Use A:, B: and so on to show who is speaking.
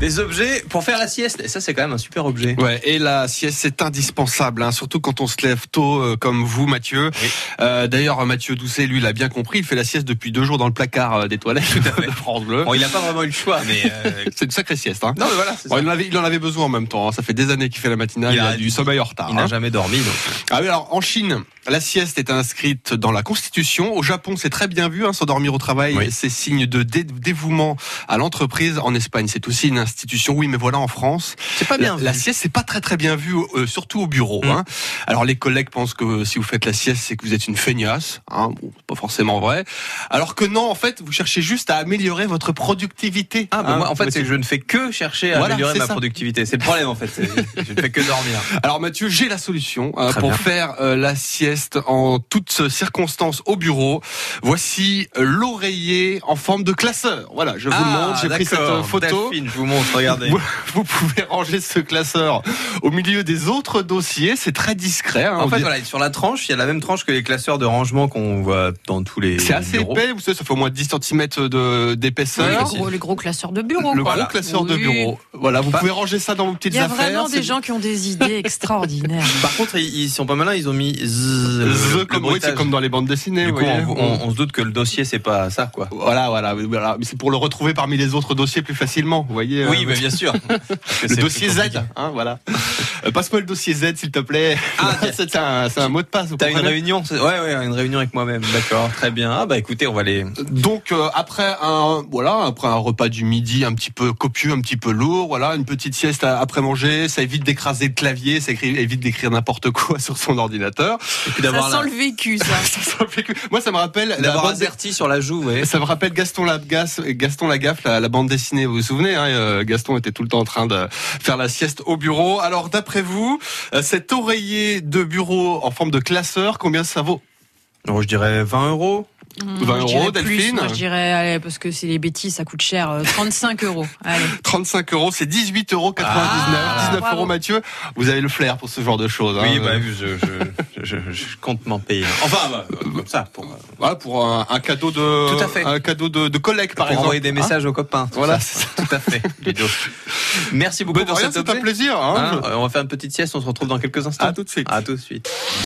A: Des objets pour faire la sieste. Et ça, c'est quand même un super objet.
B: Ouais, et la sieste c'est indispensable, hein, surtout quand on se lève tôt euh, comme vous, Mathieu.
A: Oui.
B: Euh, D'ailleurs, Mathieu Doucet, lui, l'a bien compris. Il fait la sieste depuis deux jours dans le placard euh, des toilettes de France Bleu.
A: Bon, il n'a pas vraiment eu le choix, mais euh,
B: C'est une sacrée sieste. Hein.
A: non, mais voilà. c'est
B: Bon,
A: ça.
B: il, en avait, il en avait besoin en même temps. hein. Ça fait des années qu'il fait la matinale.
A: Il
B: Il, a,
A: a-
B: du sommeil en retard.
A: Il n'a
B: hein.
A: jamais dormi. Donc.
B: Ah oui, alors en Chine, la sieste est inscrite dans la Constitution. Au Japon, c'est très bien vu, hein, s'endormir au travail,
A: Oui.
B: c'est signe de dé- dévouement à l'entreprise. En Espagne, c'est aussi une institution. Oui, mais voilà, en France,
A: C'est pas
B: la,
A: bien.
B: la sieste, c'est pas très très bien vu, euh, surtout au bureau.
A: Mm.
B: hein. Alors les collègues pensent que si vous faites la sieste, c'est que vous êtes une feignasse. Hein. Bon, c'est pas forcément vrai. Alors que non, en fait, vous cherchez juste à améliorer votre productivité.
A: Ah, bah,
B: hein.
A: moi, en fait,
B: Votre-
A: c'est que je ne fais que chercher à
B: Voilà,
A: améliorer
B: c'est
A: ma
B: ça.
A: productivité. C'est le problème, en fait. c'est- Je ne fais que dormir.
B: Alors Mathieu, j'ai la solution euh,
A: Très
B: pour
A: bien.
B: faire euh, la sieste en toutes circonstances au bureau. Voici euh, l'oreiller en forme de classeur. Voilà, je vous le
A: Ah,
B: montre, j'ai pris cette euh,
A: d'accord.
B: photo.
A: Delphine, je vous montre, regardez.
B: Vous, vous pouvez ranger ce classeur au milieu des autres dossiers, c'est très discret. hein,
A: En
B: on
A: fait,
B: dit-
A: voilà, sur la tranche, il y a la même tranche que les classeurs de rangement qu'on voit dans tous les
B: c'est assez
A: bureaux.
B: épais, vous savez, ça fait au moins 10 cm
A: Oui,
B: d'épaisseur.
A: c'est-
C: gros, les gros classeurs de bureau.
B: le
C: quoi.
B: gros classeur de
C: Oui.
B: bureau. Voilà, vous
A: Pas-
B: pouvez ranger ça dans vos petites
C: Il y a
B: affaires.
C: vraiment
B: c'est-
C: des gens qui ont des idées extraordinaires.
A: Par contre, ils, ils sont pas malins, ils ont mis z- le-
B: The
A: le
B: comme, oui,
A: bruitage.
B: c'est comme dans les bandes dessinées.
A: Du
B: vous
A: coup,
B: voyez.
A: on, on- on se doute que le dossier, c'est pas ça, quoi.
B: Voilà, voilà, voilà. Mais c'est pour le retrouver parmi les autres dossiers plus facilement, vous voyez. euh,
A: Oui, mais bien sûr. Parce que c'est
B: le
A: plus
B: dossier Z,
A: compliqué.
B: hein, voilà. Euh, Passe-moi le dossier Z, s'il te plaît.
A: Ah,
B: Voilà, c'est un, c'est un mot de passe. vous
A: T'as une
B: comprenez
A: réunion c'est- Ouais, ouais, une réunion avec moi-même. D'accord, très bien. Ah bah écoutez, on va les.
B: Donc euh, après un voilà après un repas du midi un petit peu copieux, un petit peu lourd, voilà une petite sieste à- après manger, ça évite d'écraser le clavier, ça écri- évite d'écrire n'importe quoi sur son ordinateur.
A: Et puis
C: Ça
A: d'avoir
C: sent
A: la-
C: le Bah, vécu, ça.
B: Ça, ça fait que- Moi ça me rappelle la
A: d'avoir
B: bande-
A: azerti sur la joue, vous voyez.
B: Ça me rappelle Gaston Lagaffe, Gaston Lagaffe, la, la bande dessinée. Vous vous souvenez hein, euh, Gaston était tout le temps en train de faire la sieste au bureau. Alors d'après vous, euh, cet oreiller de bureau en forme de classeur, combien ça vaut Oh,
A: Non, je dirais 20 euros.
C: Mmh,
B: 20
C: je dirais
B: euros,
C: plus,
B: Delphine
C: moi, je dirais, allez, parce que c'est les bêtises, ça coûte cher. euh, 35 euros. Allez.
B: 35 euros, c'est 18 euros 99,
C: Ah,
B: 19
C: bravo.
B: euros Mathieu. Vous avez le flair pour ce genre de choses.
A: oui,
B: hein.
A: bah je, je, je, je compte m'en payer. Enfin, bah, comme ça, pour, euh,
B: Voilà, pour un, un cadeau de,
A: Tout à fait.
B: un cadeau de, de collègue
A: pour
B: par exemple. Hein
A: envoyer des messages aux copains. tout
B: Voilà,
A: ça. tout à fait. Ludo. Merci beaucoup
B: Bah, de
A: pour
B: rien,
A: cet
B: c'est un
A: objet. Ah.
B: plaisir. hein.
A: Hein, euh, on va faire une petite sieste, on se retrouve dans quelques instants.
B: À tout de suite.
A: À tout de suite.